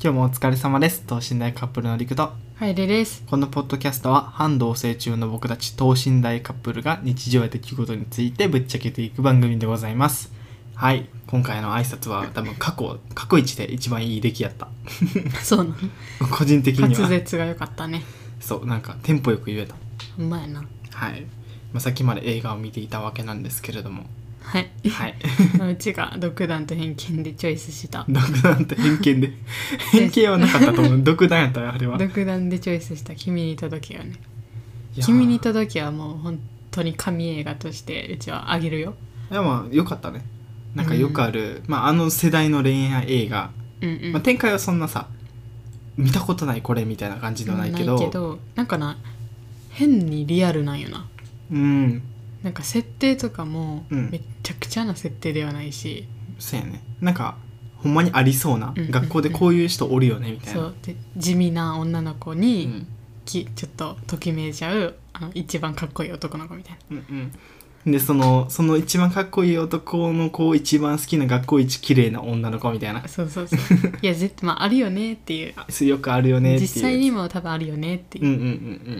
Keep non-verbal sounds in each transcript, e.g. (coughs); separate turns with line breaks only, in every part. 今日もお疲れ様です等身大カップルのりくと
はい、
(laughs)
レです。
このポッドキャストは半同棲中の僕たち等身大カップルが日常や出来事についてぶっちゃけていく番組でございますはい今回の挨拶は多分過去過去一で一番いい出来やった
そうなの。
個人的に
滑
は
舌が良かったね。
そうなんかテンポよく言えた
ほんまやな。
はい、まあ、さっきまで映画を見ていたわけなんですけれども (laughs)
はい。
はい
うちが独断と偏見でチョイスした。
独断と偏見で偏見はなかったと
(laughs)
思う独断やったよあれは
独断でチョイスした君に届けよね。
いやー
君に届けはもう本当に神映画としてうちはあげるよ。
いやまあよかったねなんかよくある、まあ、あの世代の恋愛映画、
うんうん。
まあ、展開はそんなさ見たことないこれみたいな感じのないけど
ないけどなんかな変にリアルなんよな。
うん
なんか設定とかも
うん
めっちゃくちゃな設定ではないし、
そうやねなんかほんまにありそうな、
うんうん
学校でこういう人おるよねみたいな
そうで地味な女の子
う
に、
ん
きちょっとときめいちゃうあの一番かっこいい男の子みたい
うんうんでそのその一番かっこいい男の子を一番好きな学校一綺麗な女の子みたいな
なそう
(laughs)
そうそういや絶対まああるよねっていう
あよくあるよねっていう
実際にも多分あるよねっていう,、
うん
っ
うんうんう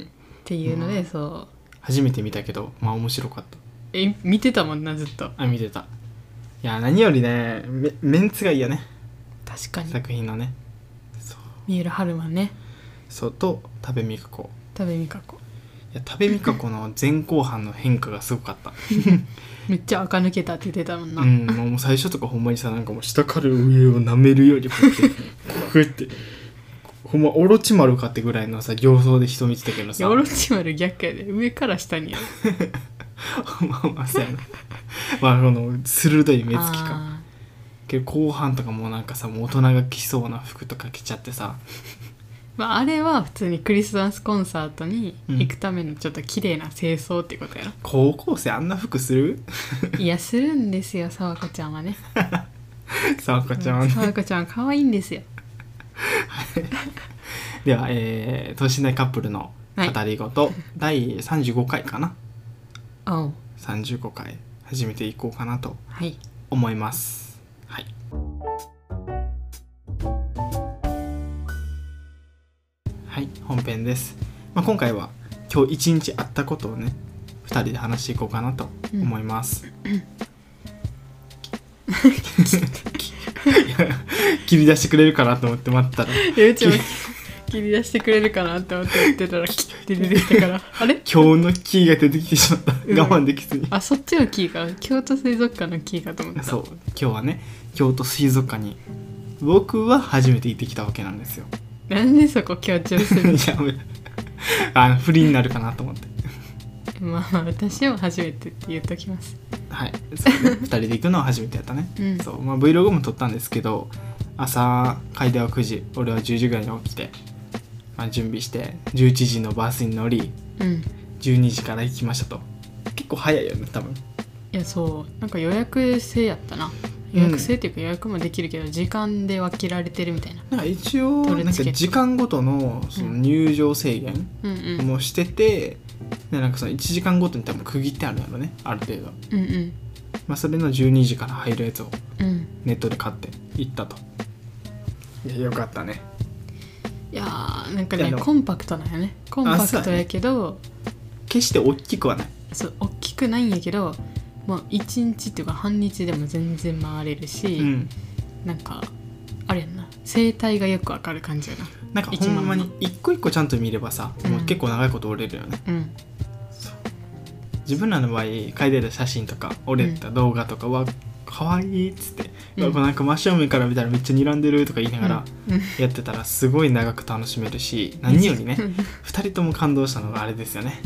ん
ていうので、
うん
そう
初めて見たけどまあ面白かった
え見てたもんなずっと
あ見てたいや何よりねメメンツがいいよね
確かに
作品のねそう
三浦春馬ね
そうと多部未華子
多部未華子
いや多部未華子の前後半の変化がすごか
(laughs)
った
めっちゃ垢抜けたって言ってたもんな、
うんもう最初とかほんまにさなんかもう下から上を舐めるよりこうやってこうやってほんまオロチマルかってぐらいのさ形相で人見てたけど
い
さ
やオロチマル逆やで上から下にやる
まあまあそうやなまあこの鋭い目つきか
あ
けど後半とかもうなんかさもう大人が着そうな服とか着ちゃってさ
ー、まあ、あれは普通にクリスマスコンサートに行くためのちょっと綺麗な清掃っていうことやろ、
高校生あんな服する (laughs)
いやするんですよ沢子ちゃんはね
さわこちゃんはね
沢子ちゃん可愛いんですよ
では、えー、等身大カップルの語りごと、第35回かな
おう
35回始めていこうかなと
はい
思いますはいはい本編です、まあ、今回は今日一日あったことをね2人で話していこうかなと思い
(laughs)
ます、切り出してくれるかなと思って待
(laughs)
ったら
えうちも切り出してくれるかなって思って言ってたらキッて出てきたからあれ
今日のキーが出てきてしまった
うん
我慢できずに、
あそっちのキーか京都水族館のキーかと思っ
(laughs)
た
そう今日はね京都水族館に僕は初めて行ってきたわけなんですよ
なんでそこ強調する
(laughs) いやめあの不利になるかなと思って
まあまあ私も初めてって言っときます
はいそうね、2人で行くのは初めてやったね、
うん
そうまあ、Vlog も撮ったんですけど朝楓は9時俺は10時ぐらいに起きて、まあ、準備して11時のバスに乗り
うん
12時から行きましたと結構早いよね多分
いやそうなんか予約制やったな
うん
予約制っていうか予約もできるけど時間で分けられてるみたいな
なんか一応
撮
な
る
んか
チケット
時間ごとのその入場制限、
うんうん
もしてて、でなんかその1時間ごとに多分区切ってあるんやろねある程度、
うんうん
まあ、それの12時から入るやつを
うん
ネットで買って行ったといやよかったね
いやーなんか
いや
ね
でも
コンパクトなんやねコンパ
そう
ク
や
ト
ね
やけど
決して大きくはない
そう大きくないんやけどもう一日っていうか半日でも全然回れるし、
うん
なんかあれやんな生態がよくわかる感じやな
なんかほんまに一個一個ちゃんと見ればさ、
うん
もう結構長いこと折れるよね
うん
自分らの場合書いてた写真とか折れた動画とかは可愛いっつって、
うん
うわなんか真正面から見たらめっちゃ睨んでるとか言いながら
うん (laughs)
やってたらすごい長く楽しめるし何よりね2人とも感動したのがあれですよね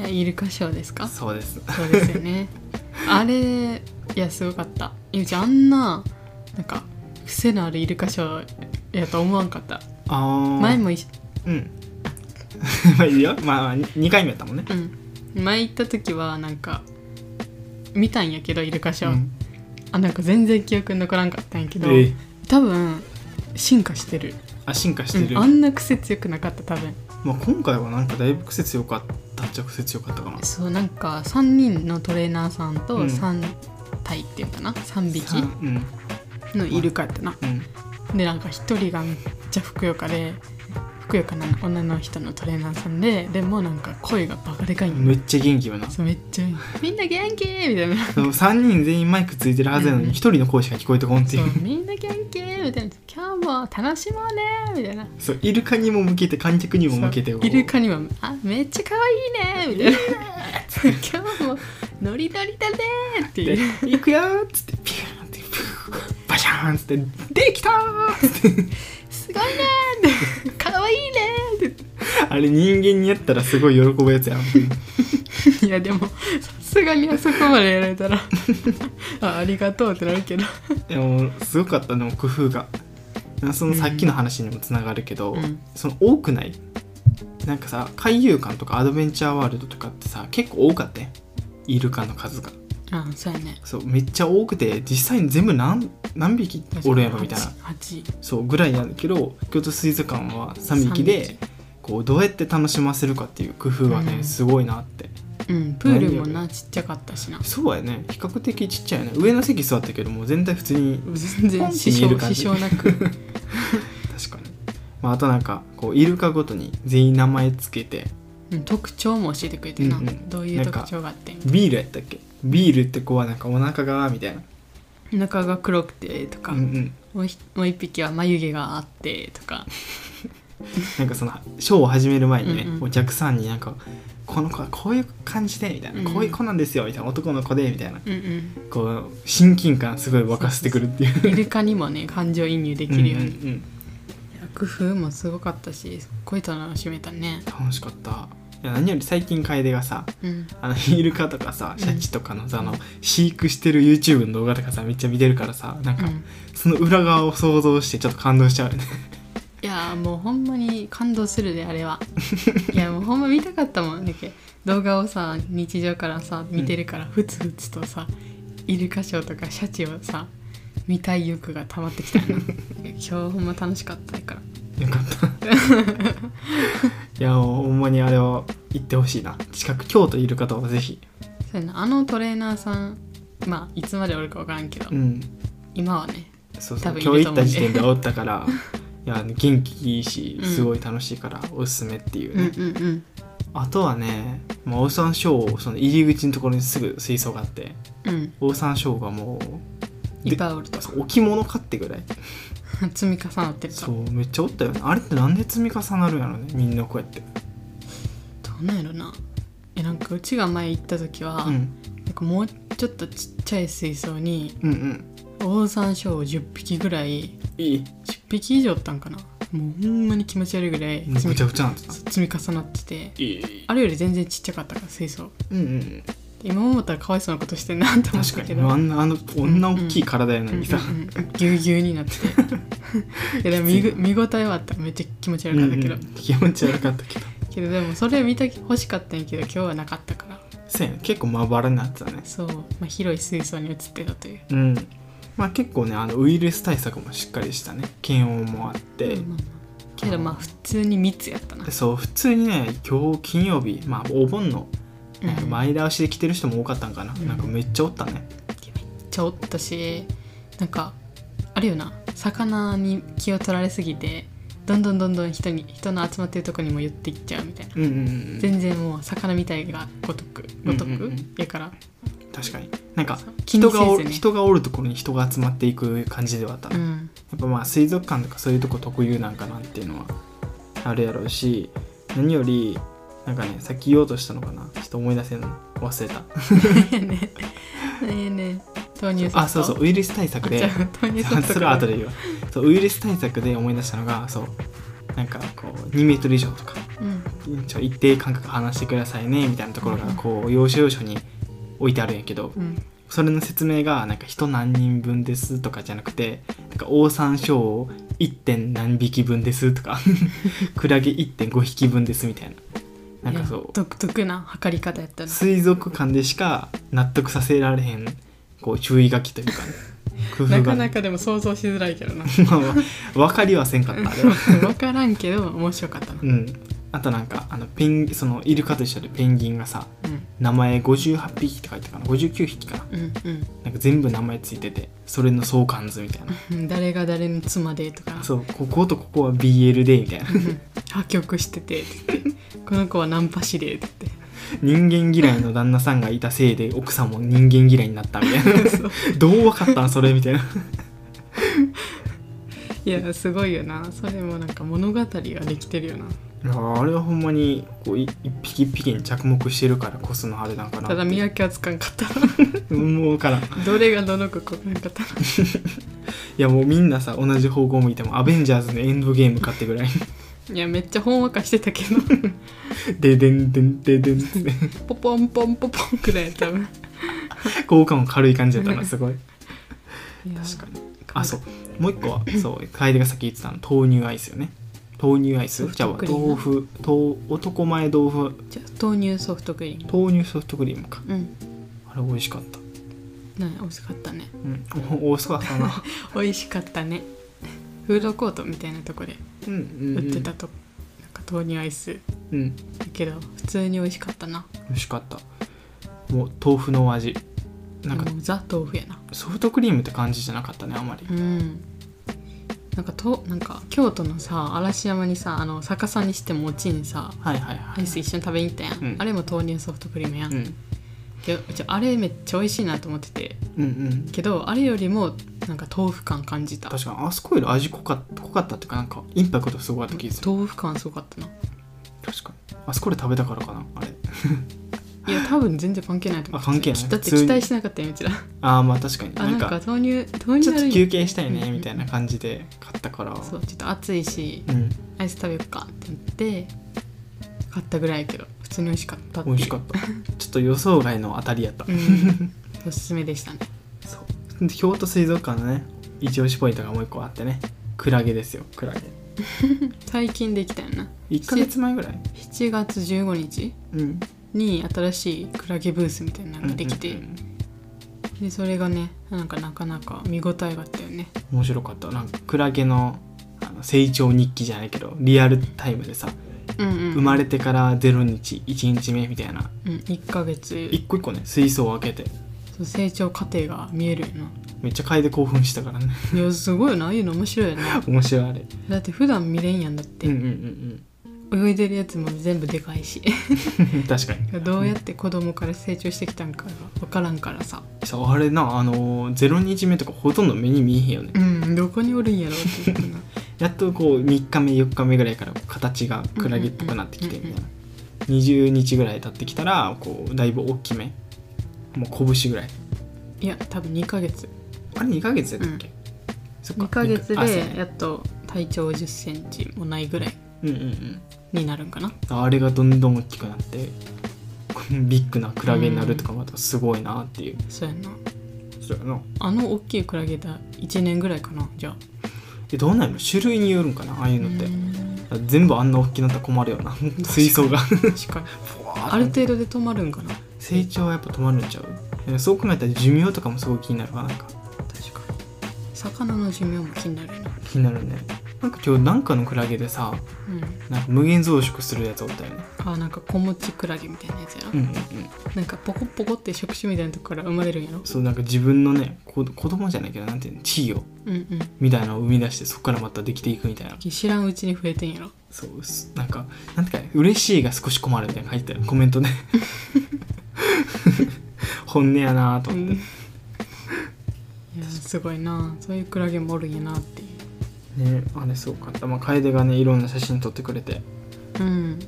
いやイルカショーですか
そうです
そうですよねあれいやすごかったゆうちゃんあんななんか癖のあるイルカショーやと思わんかった
あー
前もいし
うん (laughs) まあいいよまあまあに2回目やったもんね
うん前行った時はなんか見たんやけどイルカショー、
うん
あなんか全然記憶に残らんかったんやけど、
ええ
多分進化してる
あ進化してる、
うんあんな癖強くなかった多分
まあ、今回はなんかだいぶ癖強かったっちゃ癖強かったかな
そうなんか3人のトレーナーさんと
うん
3体っていうかな3匹
さんうん
のイルカってな
うん
でなんか1人がちゃふくよかでふくよかな女の人のトレーナーさんででもなんか声がバカでかいんよ
めっちゃ元気よな
そうめっちゃみんな元気みたいな
3人全員マイクついてるはずなの
うん
に1人の声しか聞こえてこんってい
そううみんな元気みたいな今日も楽しもうねみたいな
そうイルカにも向けて観客にも向けて
そう
こう
イルカには「あめっちゃ可愛いね」みたいな「今日もノリノリだね」って
で
い
行
う
くよーっつってピューンってプーバシャーンっつってできたーっつって
「すごいね」って「可愛いね」って
あれ人間にやったらすごい喜ぶやつやん
いやでもさすがにあそこまでやられ (laughs) たらあありがとうってなるけど、
でもすごかったでも工夫がそのさっきの話にもつながるけど、
うん
その多くないなんかさ海遊館とかアドベンチャーワールドとかってさ結構多かったよイルカの数が
あそうやね
そうめっちゃ多くて実際に全部何何匹おるやろみたいな
8
そうぐらいなんだけど京都水族館は3匹でこうどうやって楽しませるかっていう工夫はね、
うん
すごいなって
うんプールも
何
なちっちゃかったしな
そうやね比較的ちっちゃいよね上の席座ったけどもう全体普通に
全
ポンっ
然
て
支
見える
障
感
支
じ
障なく
確かに、まあ、あとなんかこうイルカごとに全員名前つけて
うん特徴も教えてくれてな、
うんうん
どういう特徴があって
ビールやったっけビールって子はなんかお腹がみたいな、
中が黒くてとか、
うんうん、
もうひもう一匹は眉毛があってとか
なんかそのショーを始める前にね、
うんうん
お客さんになんか「この子はこういう感じで」みたいな、
うん
こういう子なんですよ」みたいな男の子でみたいな
うんうん
こう親近感すごい沸かせてくるって
(laughs)
いう。
イルカにもね感情移入できるように、
うんうんうん
工夫もすごかったしすっごい楽しめたね
楽しかったいや何より最近楓がさ
うん
あのイルカとかさ
うん
シャチとかのさ、あの飼育してる YouTube の動画とかさめっちゃ見てるからさなん
う
か、
ん
その裏側を想像してちょっと感動しちゃうよね (laughs)
いやーもうほんまに感動するであ
(laughs)
れはいやもうほんま見たかったもんだけ動画をさ日常からさ見てるから、ふつふつとさイルカショーとかシャチをさ見たい欲が溜まってきたよな
(laughs)
今日ほんま楽しかったから
よか
(laughs)
ったいやもうほんまにあれは行ってほしいな近く京都いる方はぜひ
そうやなあのトレーナーさんまあいつまでおるか分からんけど、
うん
今はね
そうそ
多
う
分い
今日行った
ると思うんで
時点でおったから
(laughs)
いや元気いいし
うん
すごい楽しいからおすすめっていう
うん
ね、
うんうん
あとはね、まあ、オーサンショーその入り口のところにすぐ水槽があって
うん
オーサンショーがもう
いっぱい
で
おると
置物かってぐらい
積み重なってると
そうめっちゃおったよねあれってなんで積み重なるんやろねみんなこうやって
どうなんやろなえなんかうちが前行った時は、
うん、
なんかもうちょっとちっちゃい水槽に
うんうん
オオサンショウウオ10匹ぐらい
いい
10匹以上おったんかなもうほんまに気持ち悪いぐらい積
ぐ
み
ちゃぐちゃなんてた
積み重なってて
いい
あれより全然ちっちゃかったから水槽
うんうん
今思ったらかわいそうなことしてんなって思っ
確か
た
に
け
あ
ど
んなあのこんな大きい体やの
うんうん
にさ、
うんぎゅうぎゅうになって
(laughs)
ていやでも見ぐ見応えはあっためっちゃ気持ち悪かったけど、
うんうん気持ち悪かったけど
けどでもそれ見た欲しかったんやけど今日はなかったから
そうやね結構まばらになってたね
そう、まあ、広い水槽に移ってたという
うんまあ結構ねあのウイルス対策もしっかりしたね検温もあって、
まあまあけどまあ普通に密やったな
でそう普通にね今日金曜日まあお盆のなんか
うん
前倒しで来てる人も多かったんかな、
うん
なんかめっちゃおったね
ちょっとしなんかあれよな魚に気を取られすぎてどんどんどんどん人に人の集まってるとこにも寄っていっちゃうみたいな、
うんうんうんうん
全然もう魚みたいがごとくごとく、
うんうんうん
やから
確かになんか
そう気に
人
せ
がお
ずね
人がおるところに人が集まっていく感じではあったね、
う
や
ん (laughs)
っぱまあ水族館とかそういうとこ特有なんかなっていうのはあるやろうし何よりなんかねさっき言おうとしたのかなちょっと思い出せんの忘れた
何やね何やね豆乳ソフト
あそうそうウイルス対策
あじ
で
ゃあ豆乳ソフト
(laughs) それは後で言うわそうウイルス対策で思い出したのがそうなんかこう2メートル以上とか
うん
ちょ一定間隔離してくださいねみたいなところが
うん
こう要所要所に置いてあるんやけど
うん
それの説明がなんか人何人分ですとかじゃなくてなんかオ山サンショウウオ 1. 点何匹分ですとか (laughs) クラゲ1.5匹分ですみたいななんか
いや
そ
独特な測り方やった
う
な
水族館でしか納得させられへんこう注意書きという
(laughs)
か、ね、工夫
な
が
か
ね
なかでも想像しづらい
(laughs)
けどな
ま (laughs) あまあ分かりはせんか
(laughs)
ったあれは。
分からんけど面白かったな
うん、あとなんかあのペンギンそのイルカと一緒でペンギンがさ
うん
名前58匹って書いてたかな59匹かな
うん
なんか全部名前ついててそれの相関図みたいな
うん誰が誰の妻でとか
そうこことここは BL でみ (laughs) たいな
破局しててって (laughs) 言ってこの子はナンパしでって
人間嫌いの旦那さんがいたせいで奥さんも人間嫌いになったみたい
言
な
ってそう
どうわかったんそれみたい (laughs) ない
やすごいよなそれもなんか物語ができてるよない
やあれはほんまにこうい一匹一匹に着目してるからこそのあれなんかな
ただ見
宮
分けはつかんかった
もうからんい
どれがどの子か
(laughs)
分からんかった
やもうみんなさ同じ方向向いてもアベンジャーズのエンドゲームかってぐ (laughs) らい
いやめっちゃほんわかしてたけ
(laughs)
ど
ででんでんででんって (laughs)
ポポンポンポポンくらいや多分
効果も軽い感じだったなすごい確
確
かにあそうもう一個はそう楓がさっき言ってたの豆乳アイスよね豆乳アイス
ソフ
じゃあ
トクリーム
豆腐豆男前豆腐
じゃあ豆乳ソフトクリー
豆乳ソフトクリームか
ムうん
あれ美味しかった
ね美味しかったね
うんお美味しかった
(laughs)
な
美味しかったねフードコートみたいなとこで
うんうん、うん、
売ってたと、なんか豆乳アイス
うん
だけど普通に美味しかったな
美味しかったもう豆腐のお味なんか
もうザ豆腐やな
ソフトクリームって感じじゃなかったねあんまり
うんなんかとなんか京都のさ嵐山にさあの逆さにしてもちにさ
はいはいは
ア
い
イス一緒に食べに行ったやん、
うん
あれも豆乳ソフトクリームやん、
うん、
けどうちあれめっちゃ美味しいなと思ってて
うんうん
けどあれよりもなんか豆腐感感じた
確かにあそこより味濃かった濃かったっていうかなんかインパクトすごかった気がする
豆腐感すごかったな
確かにあそこで食べたからかなあれ
いや多分全然関係ないと思う
あ関係ない
だって
普通
期
に
待しなかったようちら
ああまあ確かに
あ
な
なんんか
か
豆乳豆
ち
乳
ょっ
な
と
る
休憩したい
うん
ねみたいな感じで買ったから
そうちょっと暑いし
うん
アイス食べよっかって言って買ったぐらいやけど普通に美味しかったって
美
いう
味しかったちょっと予想外の当たりやった
うんおすすめでしたね
そうで京都水族館のね一押しポイントがもう一個あってねクラゲですよクラゲ
最近できたよな
1ヶ月前ぐらい
7月15日
うん
に新しいクラゲブースみたいなのができて、
うんうんうん
でそれがねなんかなかなか見応えがあったよね
面白かったなんかクラゲのあの成長日記じゃないけどリアルタイムでさ
うんうん
生まれてから0日1日目みたいな
うん、1ヶ月
一個一個ね水槽を開けて
そう成長過程が見えるよな
めっちゃ嗅いで興奮したからね (laughs)
いやすごいよなああいうの面白いよな
面白いあれ
だって普段見れんやんだっ
うん
て、
うんうん
泳いでるやつも全部でかい
(laughs)
し
うん確かに
どうやって子供から成長してきたんかが分からんからさ
そうあれなあのー、0日目とかほとんど目に見えへんよね
うんどこにおるんやろうっていうな
やっとこう3日目4日目ぐらいからこう形がクラゲっぽくなってきてみたいな20日ぐらい経ってきたらこうだいぶ大きめもう拳ぐらい (laughs)
いや多分2ヶ月
あれ2ヶ月やったっけ、そっか
2ヶ月
あそうや
で
ね
やっと体長1 0センチもないぐらい
うんうんうん
になるんかな
あれがどんどん大きくなって (laughs) このビッグなクラゲになるとかまたすごいなっていう、
そうやんな
そうやな
あの大きいクラゲだ1年ぐらいかなじゃあ
えどうなんやろ種類によるんかなああいうのって、全部あんな大きくなったら困るよな (laughs) 水槽が
確かに (laughs) ある程度で止まるんかな
成長はやっぱ止まるんちゃうえそう考えたら寿命とかもすごい気になるわなんか
確かに魚の寿命も気になるな
気になるねなんか今日なんかのクラゲでさ
うん
なんか無限増殖するやつおったよね
あなんか子持ちクラゲみたいなやつやな、
うんうんうん
なんかポコポコって触手みたいなとこから生まれるんやろ
そうなんか自分のねこ子供じゃないけどなんていうの地位を
うんうん
みたいなのを生み出してそこからまたできていくみたいな
知らんうちに増えてんやろ
そうすなんかなんていうか嬉しいが少し困るみたいなの書いてあるコメントね (laughs) 本音やなと
う
思
ん
っ
いやすごいなそういうクラゲもおるんやなってい
て、ねあれすごかった、まあ、楓がねいろんな写真撮ってくれて
ううん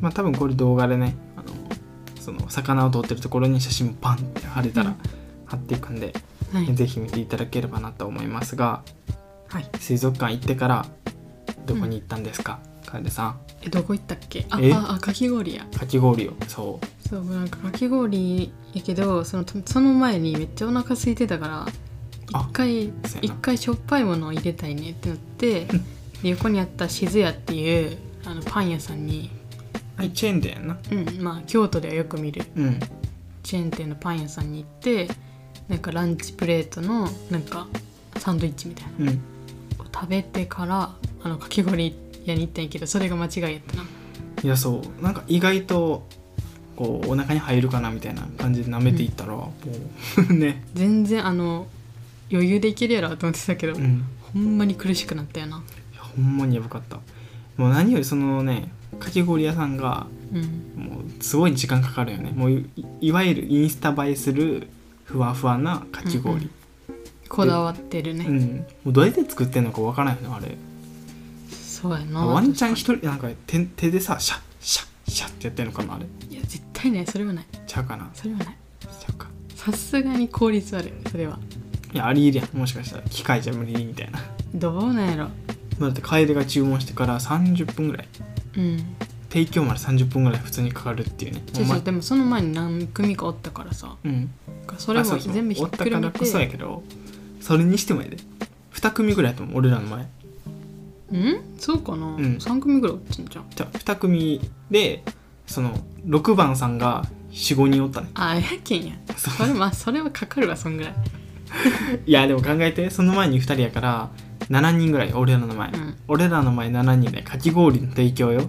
まあ多分これ動画でねあのその魚を撮ってるところに写真パンって貼れた
うん
ら貼っていくんで、
はい、
ぜひ見ていただければなと思いますが
はい、
水族館行ってからどこに行ったんですか、楓さん
えどこ行ったっけあ
え
ああかき氷や
かき氷をそう
そうなんかかき氷やけどそのとその前にめっちゃお腹空いてたから
あ
一回
そうや
一
な
回しょっぱいものを入れたいねってなってで横にあったしずやっていうあのパン屋さんに、
はいチェーン店やんな
うんまあ、京都ではよく見る
うん
チェーン店のパン屋さんに行ってなんかランチプレートのなんかサンドイッチみたいな
うん
のを食べてからあのかき氷屋に行ったんやけどそれが間違いやったない
やそうなんか意外とこうお腹に入るかなみたいな感じで舐めていったら、もう (laughs) ね、
全然あの余裕でいけるやろと思ってたけど、
うん、
ほんまに苦しくなったよな
いやほんまにやばかったもう何よりそのねかき氷屋さんが
うん
もうすごい時間かかるよねもういいわゆるインスタ映えするふわふわなかき氷
こだわってるね、
うん、もうどうやって作ってんのかわからんよねあれ
そうやな
ワンちゃん一人なんか手手でさシャッシャッシャッってやってんのかなあれ
いや絶対ないそれはない
ちゃうかな
それはない
ちゃうか
さすがに効率悪いそれはい
やありえるやんもしかしたら機械じゃ無理みたいな
どうなんやろ
だって楓が注文してから30分ぐらい
うん
提供まで30分ぐらい普通にかかるっていうね
ちょ
お
ちょ
前
でもその前に何組かおったからさ
うん
それ
あそ
も
うそう
全部ひっ
おった
く
か
るめ
らこ
て
そやけどそれにしてもやで2組ぐらいやと思う俺らの前
うんそうかな、
ん
三3組ぐらいおってんじゃん
じゃあ2組でその6番さんが45人おったね
あやけんや
そう
それまあそれはかかるわそんぐらい
いやでも考えてその前に2人やから7人ぐらい俺らの前、
うん
俺らの前7人でかき氷の提供よ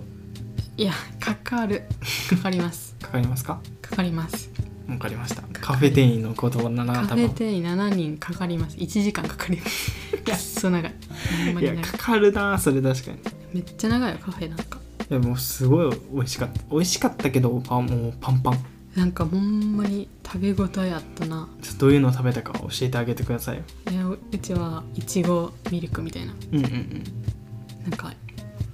いやかかるかかります
かかりますか
かかります
わかりましたカフェ店員の言葉だ
カ
な
フ
多
ェ
分
店員7人かかります1時間かかりますいやそう長いほんま
い
に
や
長い
かかるなそれ確かに
めっちゃ長いよカフェなんか
でもすごい美味しかった美味しかったけどあもうパンパン
なんかほんまに食べ応えあったな
ちょっとどういうのを食べたか教えてあげてくださいよ
いやうちはいちごミルクみたいな
うんうんうん
なんか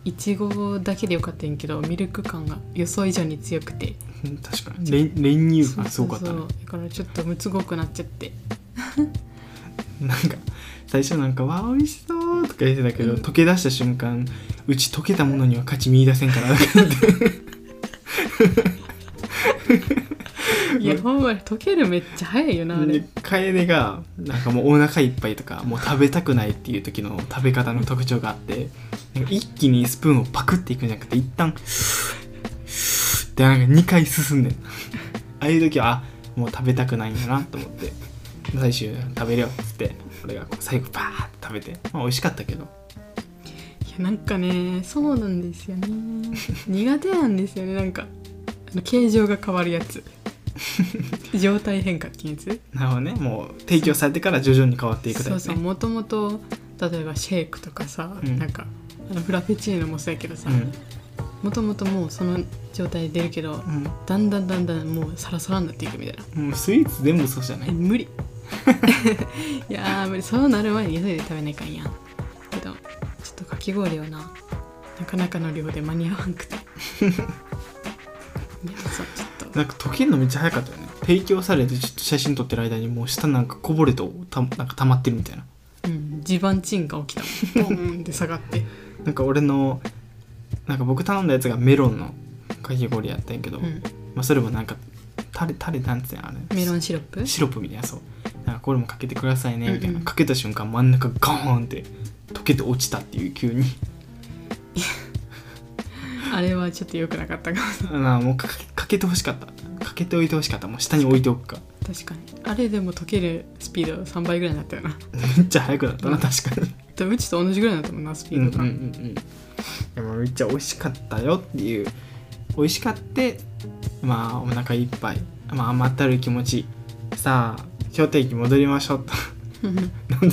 いちごだけでよかったんやけどミルク感が予想以上に強くて
うん確かに練練乳
そう
感す
そう
ごかったね
そうだからちょっとむつごくなっちゃって
なんか最初なんか「わあ美味しそう」とか言ってたけど、
うん
溶け出した瞬間うち溶けたものには価値見出せんからとか言って
いやほんまに溶けるめっちゃ早いよなあれ
で楓がなんかもうお腹いっぱいとかもう食べたくないっていう時の食べ方の特徴があってなんか一気にスプーンをパクっていくんじゃなくて一旦でなんか2回進んでんああいう時はあもう食べたくないんだなと思って最終食べるよっつって俺がこう最後バーって食べてまあ美味しかったけど
いやなんかねそうなんですよね苦手なんですよねなんかあの形状が変わるや
(laughs)
つ状態変化ってやつ
なるほどねもう提供されてから徐々に変わっていくタイプ
そ
ね
うそうもともと例えばシェイクとかさ、
うん
なんかあのフラペチーノもそうやけどさ
うん
もともともうその状態で出るけどだんだんだんだんもうサラサラになっていくみたいな
うん、もうスイーツ全部そうじゃな
え
い (laughs)
無理いやー無理そうなる前に野菜で食べないかんやんけどちょっとかき氷はななかなかの量で間に合わん
(laughs)
くていやそうちょっと
なんか溶けるのめっちゃ早かったよね提供されてちょっと写真撮ってる間にもう下なんかこぼれとたなんか溜まってるみたいな
うん地盤沈下起きたもんボーンって下がって
なんか俺のなんか僕頼んだやつがメロンのかき氷やったんやけど、
うん
まあ、それもなんかタレタレなんつうのあれ
メロンシロップ
シロップみたいなそうなんかこれもかけてくださいねみたいな、
うんうん
かけた瞬間真ん中ガーンって溶けて落ちたっていう急に
あれはちょっと良くなかったかも
なあもうかけかけてほしかったかけておいてほしかったもう下に置いておくか
確かにあれでも溶けるスピード3倍ぐらいになったよな
めっちゃ速くなったな
うん
確かに
でもうちと同じぐらいになったもんなスピ
うんうんう
ードが、
んでもめっちゃ美味しかったよっていう美味しかってまあお腹いっぱいまあ甘ったるい気持ちさあ氷定期戻りましょうと (laughs) 飲ん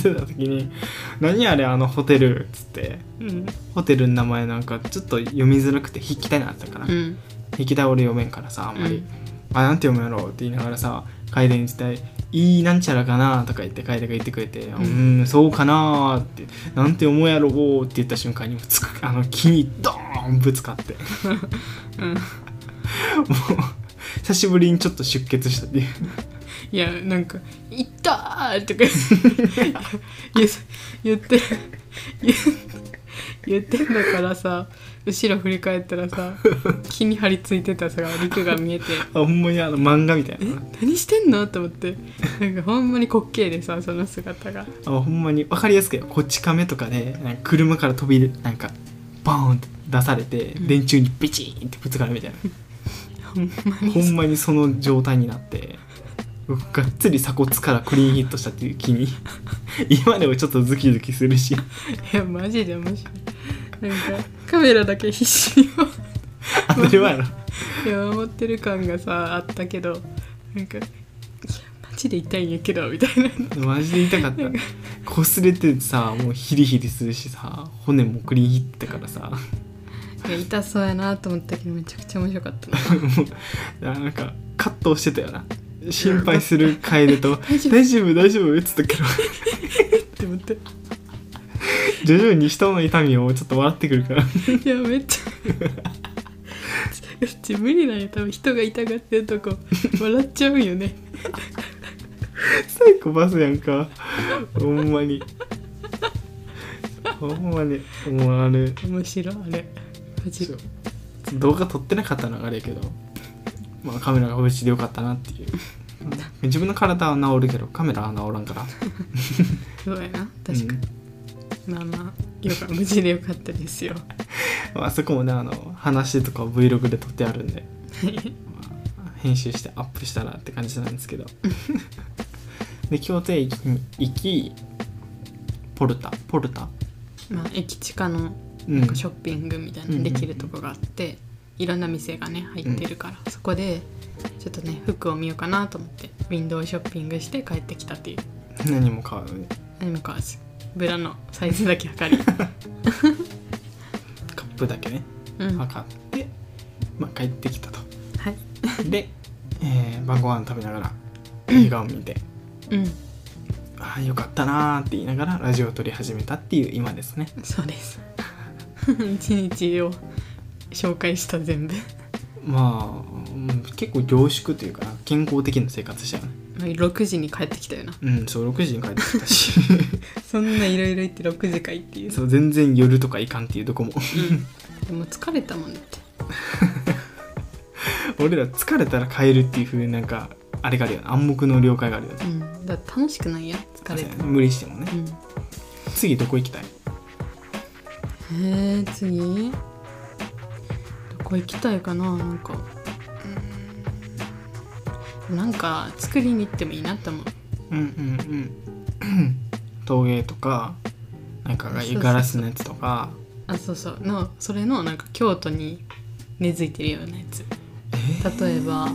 でた時に「何あれあのホテル」っつって
うん
ホテルの名前なんかちょっと読みづらくて筆記体になったから、
うん
筆記体俺読めんからさあんまり、
うん
あなんて読むやろうって言いながらさ楓に伝え「いいなんちゃらかな」とか言って楓が言ってくれて「うーんそうかな」って「なんて思うやろう」って言った瞬間につ (laughs) くあの木にドーンぶつかって
う
も
ん
う久しぶりにちょっと出血したっていう (laughs)
いやなんか「いったー!」とか (laughs) 言う言って言う言ってんだからさ後ろ振り返ったらさ木に張り付いてたさ陸が見えて
あほんまにあの漫画みたいな
「何してんの?」と思ってなんかほんまに滑稽でさその姿が
あほんまに分かりやすくよこっち亀とかでなんか車から飛び出なんかバーンって出されて、
うん
電柱にビチーンってぶつかるみたいな
ほんま
ほん
に
まにその状態になって僕がっつり鎖骨からクリーンヒットしたっていう気に今でもちょっとズキズキするし
いやマジで面白いなんかカメラだけ必死に
当たり前やろ
見守ってる感がさあったけどなんか「いやマジで痛いんやけど」みたいな
マジで痛かった擦れてさもうヒリヒリするしさ骨もクリンヒってたからさ
いや痛そうやなと思ったけどめちゃくちゃ面白かったな
もう (laughs) なんか葛藤してたよな心配する楓と「
(laughs) 大丈
大丈夫
夫
大丈夫」っつったけど (laughs)
って思って
徐々に人の痛みをちょっと笑ってくるから (laughs)
いやめっちゃうち無理なんよ多分人が痛がってるとこ笑っちゃうんよね
サイコパスやんかほんまにほんまにもうあれ
面白いあれマジ
動画撮ってなかったのがあれやけどまあカメラが欲しいでよかったなってい
(laughs)
ううん自分の体は治るけどカメラは治らんから
そうやな確か
うん
に、まあまあよか無事でよかったですよ
まあそこもねあの話とかを Vlog で撮ってあるん
(laughs)
で、まあ編集してアップしたらって感じなんですけ
(laughs)
どで京都へ行き行きポルタポルタ
まあ駅近の
うん
なんかショッピングみたいな
うん
のできるとこがあって、いろんな店がね入ってるから、そこでちょっとね服を見ようかなと思ってウィンドウショッピングして帰ってきたっていう
何も買わない
何も買わずブラのサイズだけ測 (laughs) り、
カップだけね
うん、は
測って、まあ、帰ってきた
(laughs)
と
い
で、えー晩ご飯食べながら映画を見て
うん
ああよかったなーって言いながらラジオを撮り始めたっていう今ですね
そうです (laughs) 一日を紹介した全部
まあ、うん結構凝縮というかな健康的な生活したよね
まあ6時に帰ってきたよな
うんそう6時に帰ってきた (laughs) し
そんないろいろ行って6時かいっていう
そう全然夜とか行かんっていうどこも (laughs)
でも疲れたもんだって
俺ら疲れたら帰るっていう風になんかあれがあるよね暗黙の了解があるよね
うんだから楽しくないや疲れた
無理してもね
うん
次どこ行きたい
えー、次どこ行きたいかななんかうーんなんか作りに行ってもいいなと思う
うんうんうん (coughs) 陶芸とかなんかがガラスのやつとか
あそうそうのそれのなんか京都に根付いてるようなやつ
え
例えば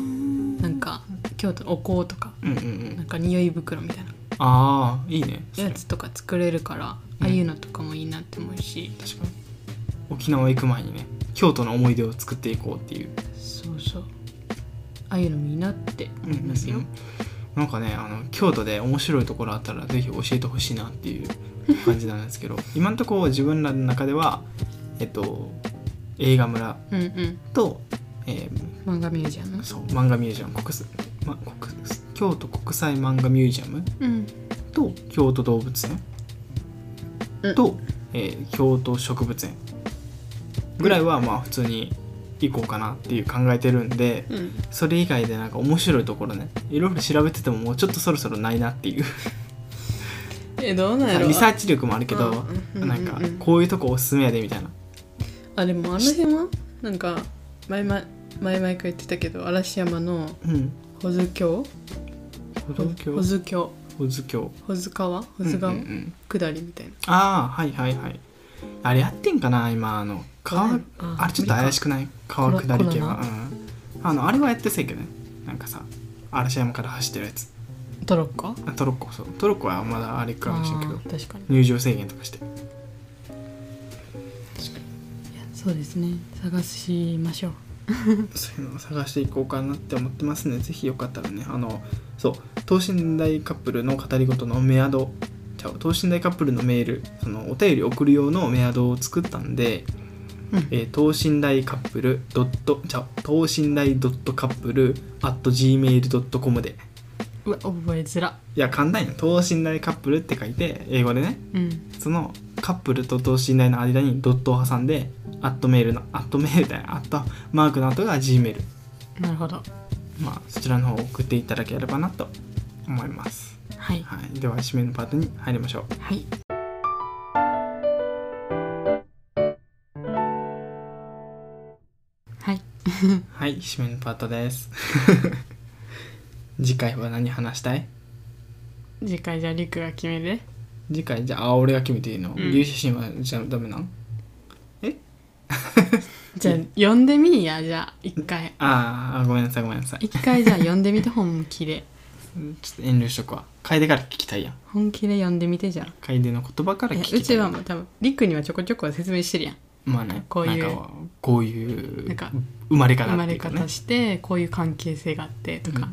なんか京都のお香とか
うんうんう
なん
ん
か匂い袋みたいな
ああいいねそれ
やつとか作れるからあ
うん
あいうのとかもいいなって思うし、
確かに沖縄行く前にね京都の思い出を作っていこうっていう
そうそうああいうのもいいなって思いますよ、
なんかねあの京都で面白いところあったらぜひ教えてほしいなっていう感じなんです
(laughs)
けど今のところ自分らの中ではえっと映画村
うん、うん
と、えー
漫画ミュージアム
そう漫画ミュージアム国す、ま、国す京都国際漫画ミュージアム
うん
と京都動物
うん
園と、えー京都植物園ぐらいはまあ普通に行こうかなっていう考えてるんで
うん
それ以外でなんか面白いところねいろいろ調べててももうちょっとそろそろないなっていう
えどうなんやろ
リサーチ力もあるけど、
うんうん
なんか
うんうん
こういうとこおすすめやでみたいな
あでもあの辺はなんか前々前々から言ってたけど嵐山の
うん
保津峡
歩道橋
保津峡
保津峡
保津川保津川、
うんうんうん
下りみたいな
ああはいはいはいあれやってんかな今あの川
あ
あれちょっと怪しくない川下り系はうん、あのあれはやってせんけどねなんかさ嵐山から走ってるやつ
トロッコ
あトロッコそうトロッコはまだあれかもしれんけど
あー確かに
入場制限とかして
いやそうですね探しましょう
そういうのを探していこうかなって思ってますね。ぜひよかったらね、あの、そう、等身大カップルの語り事のメアド、ちゃう、等身大カップルのメール、そのお便り送る用のメアドを作ったんで、
うん
えー等身大カップルドット、ちゃう、等身大ドットカップル at gmail.com で、
うわ覚えづら
いや、簡単よ。等身大カップルって書いて、英語でね、
うん
そのカップルと等身大の間にドットを挟んで、アットメールの、アットメールだよ、アットマークの後が gmail。
なるほど
まあ、そちらの方を送っていただければなと思います、
はい
はい、では締めのパートに入りましょう
はいはい
はい締めのパートです (laughs) 次回は何話したい
次回じゃありくが決める
次回じゃああ俺が決めていいの、
ん
牛脂神はじゃあダメなん
じゃあ読んでみいやじゃあ一回
ああごめんなさいごめんなさい
一回じゃあ読んでみて本気で
うんちょっと遠慮しとくわ楓から聞きたいやん
本気で読んでみてじゃあ
楓の言葉から
い
聞
や
きたいう
ちはもう多分りくにはちょこちょこ説明してるやん
まあね
こういう
なんかこういう
なんか
生まれ方
生ま
ってい
れ
うか、ね、
方してこういう関係性があってとか、
うん
っ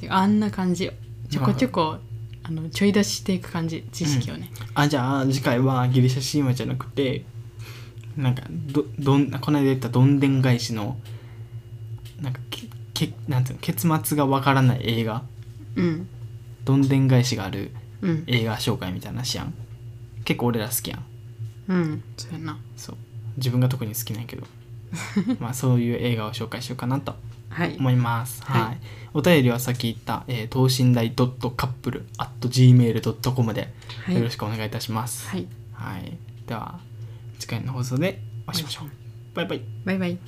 ていうあんな感じちょこちょこあのちょい出ししていく感じ知識をね、
あじゃあ次回はギリシャ神話じゃなくてなんかどどんこの間言ったどんでん返しのなんかけけなんていうの結末がわからない映画
うん
どんでん返しがある
うん
映画紹介みたいなしやん結構俺ら好きやん
うんそうやな
そう自分が特に好きなんやけどまあそういう映画を紹介しようかなと
はい
思いますはい、
はい
お便りはさっき言った、えー、等身大 .couple.gmail.com で
はい
よろしくお願いいたします、
はい
はい、では次回の放送でお会いしましょう。バイバイ。
バイバイ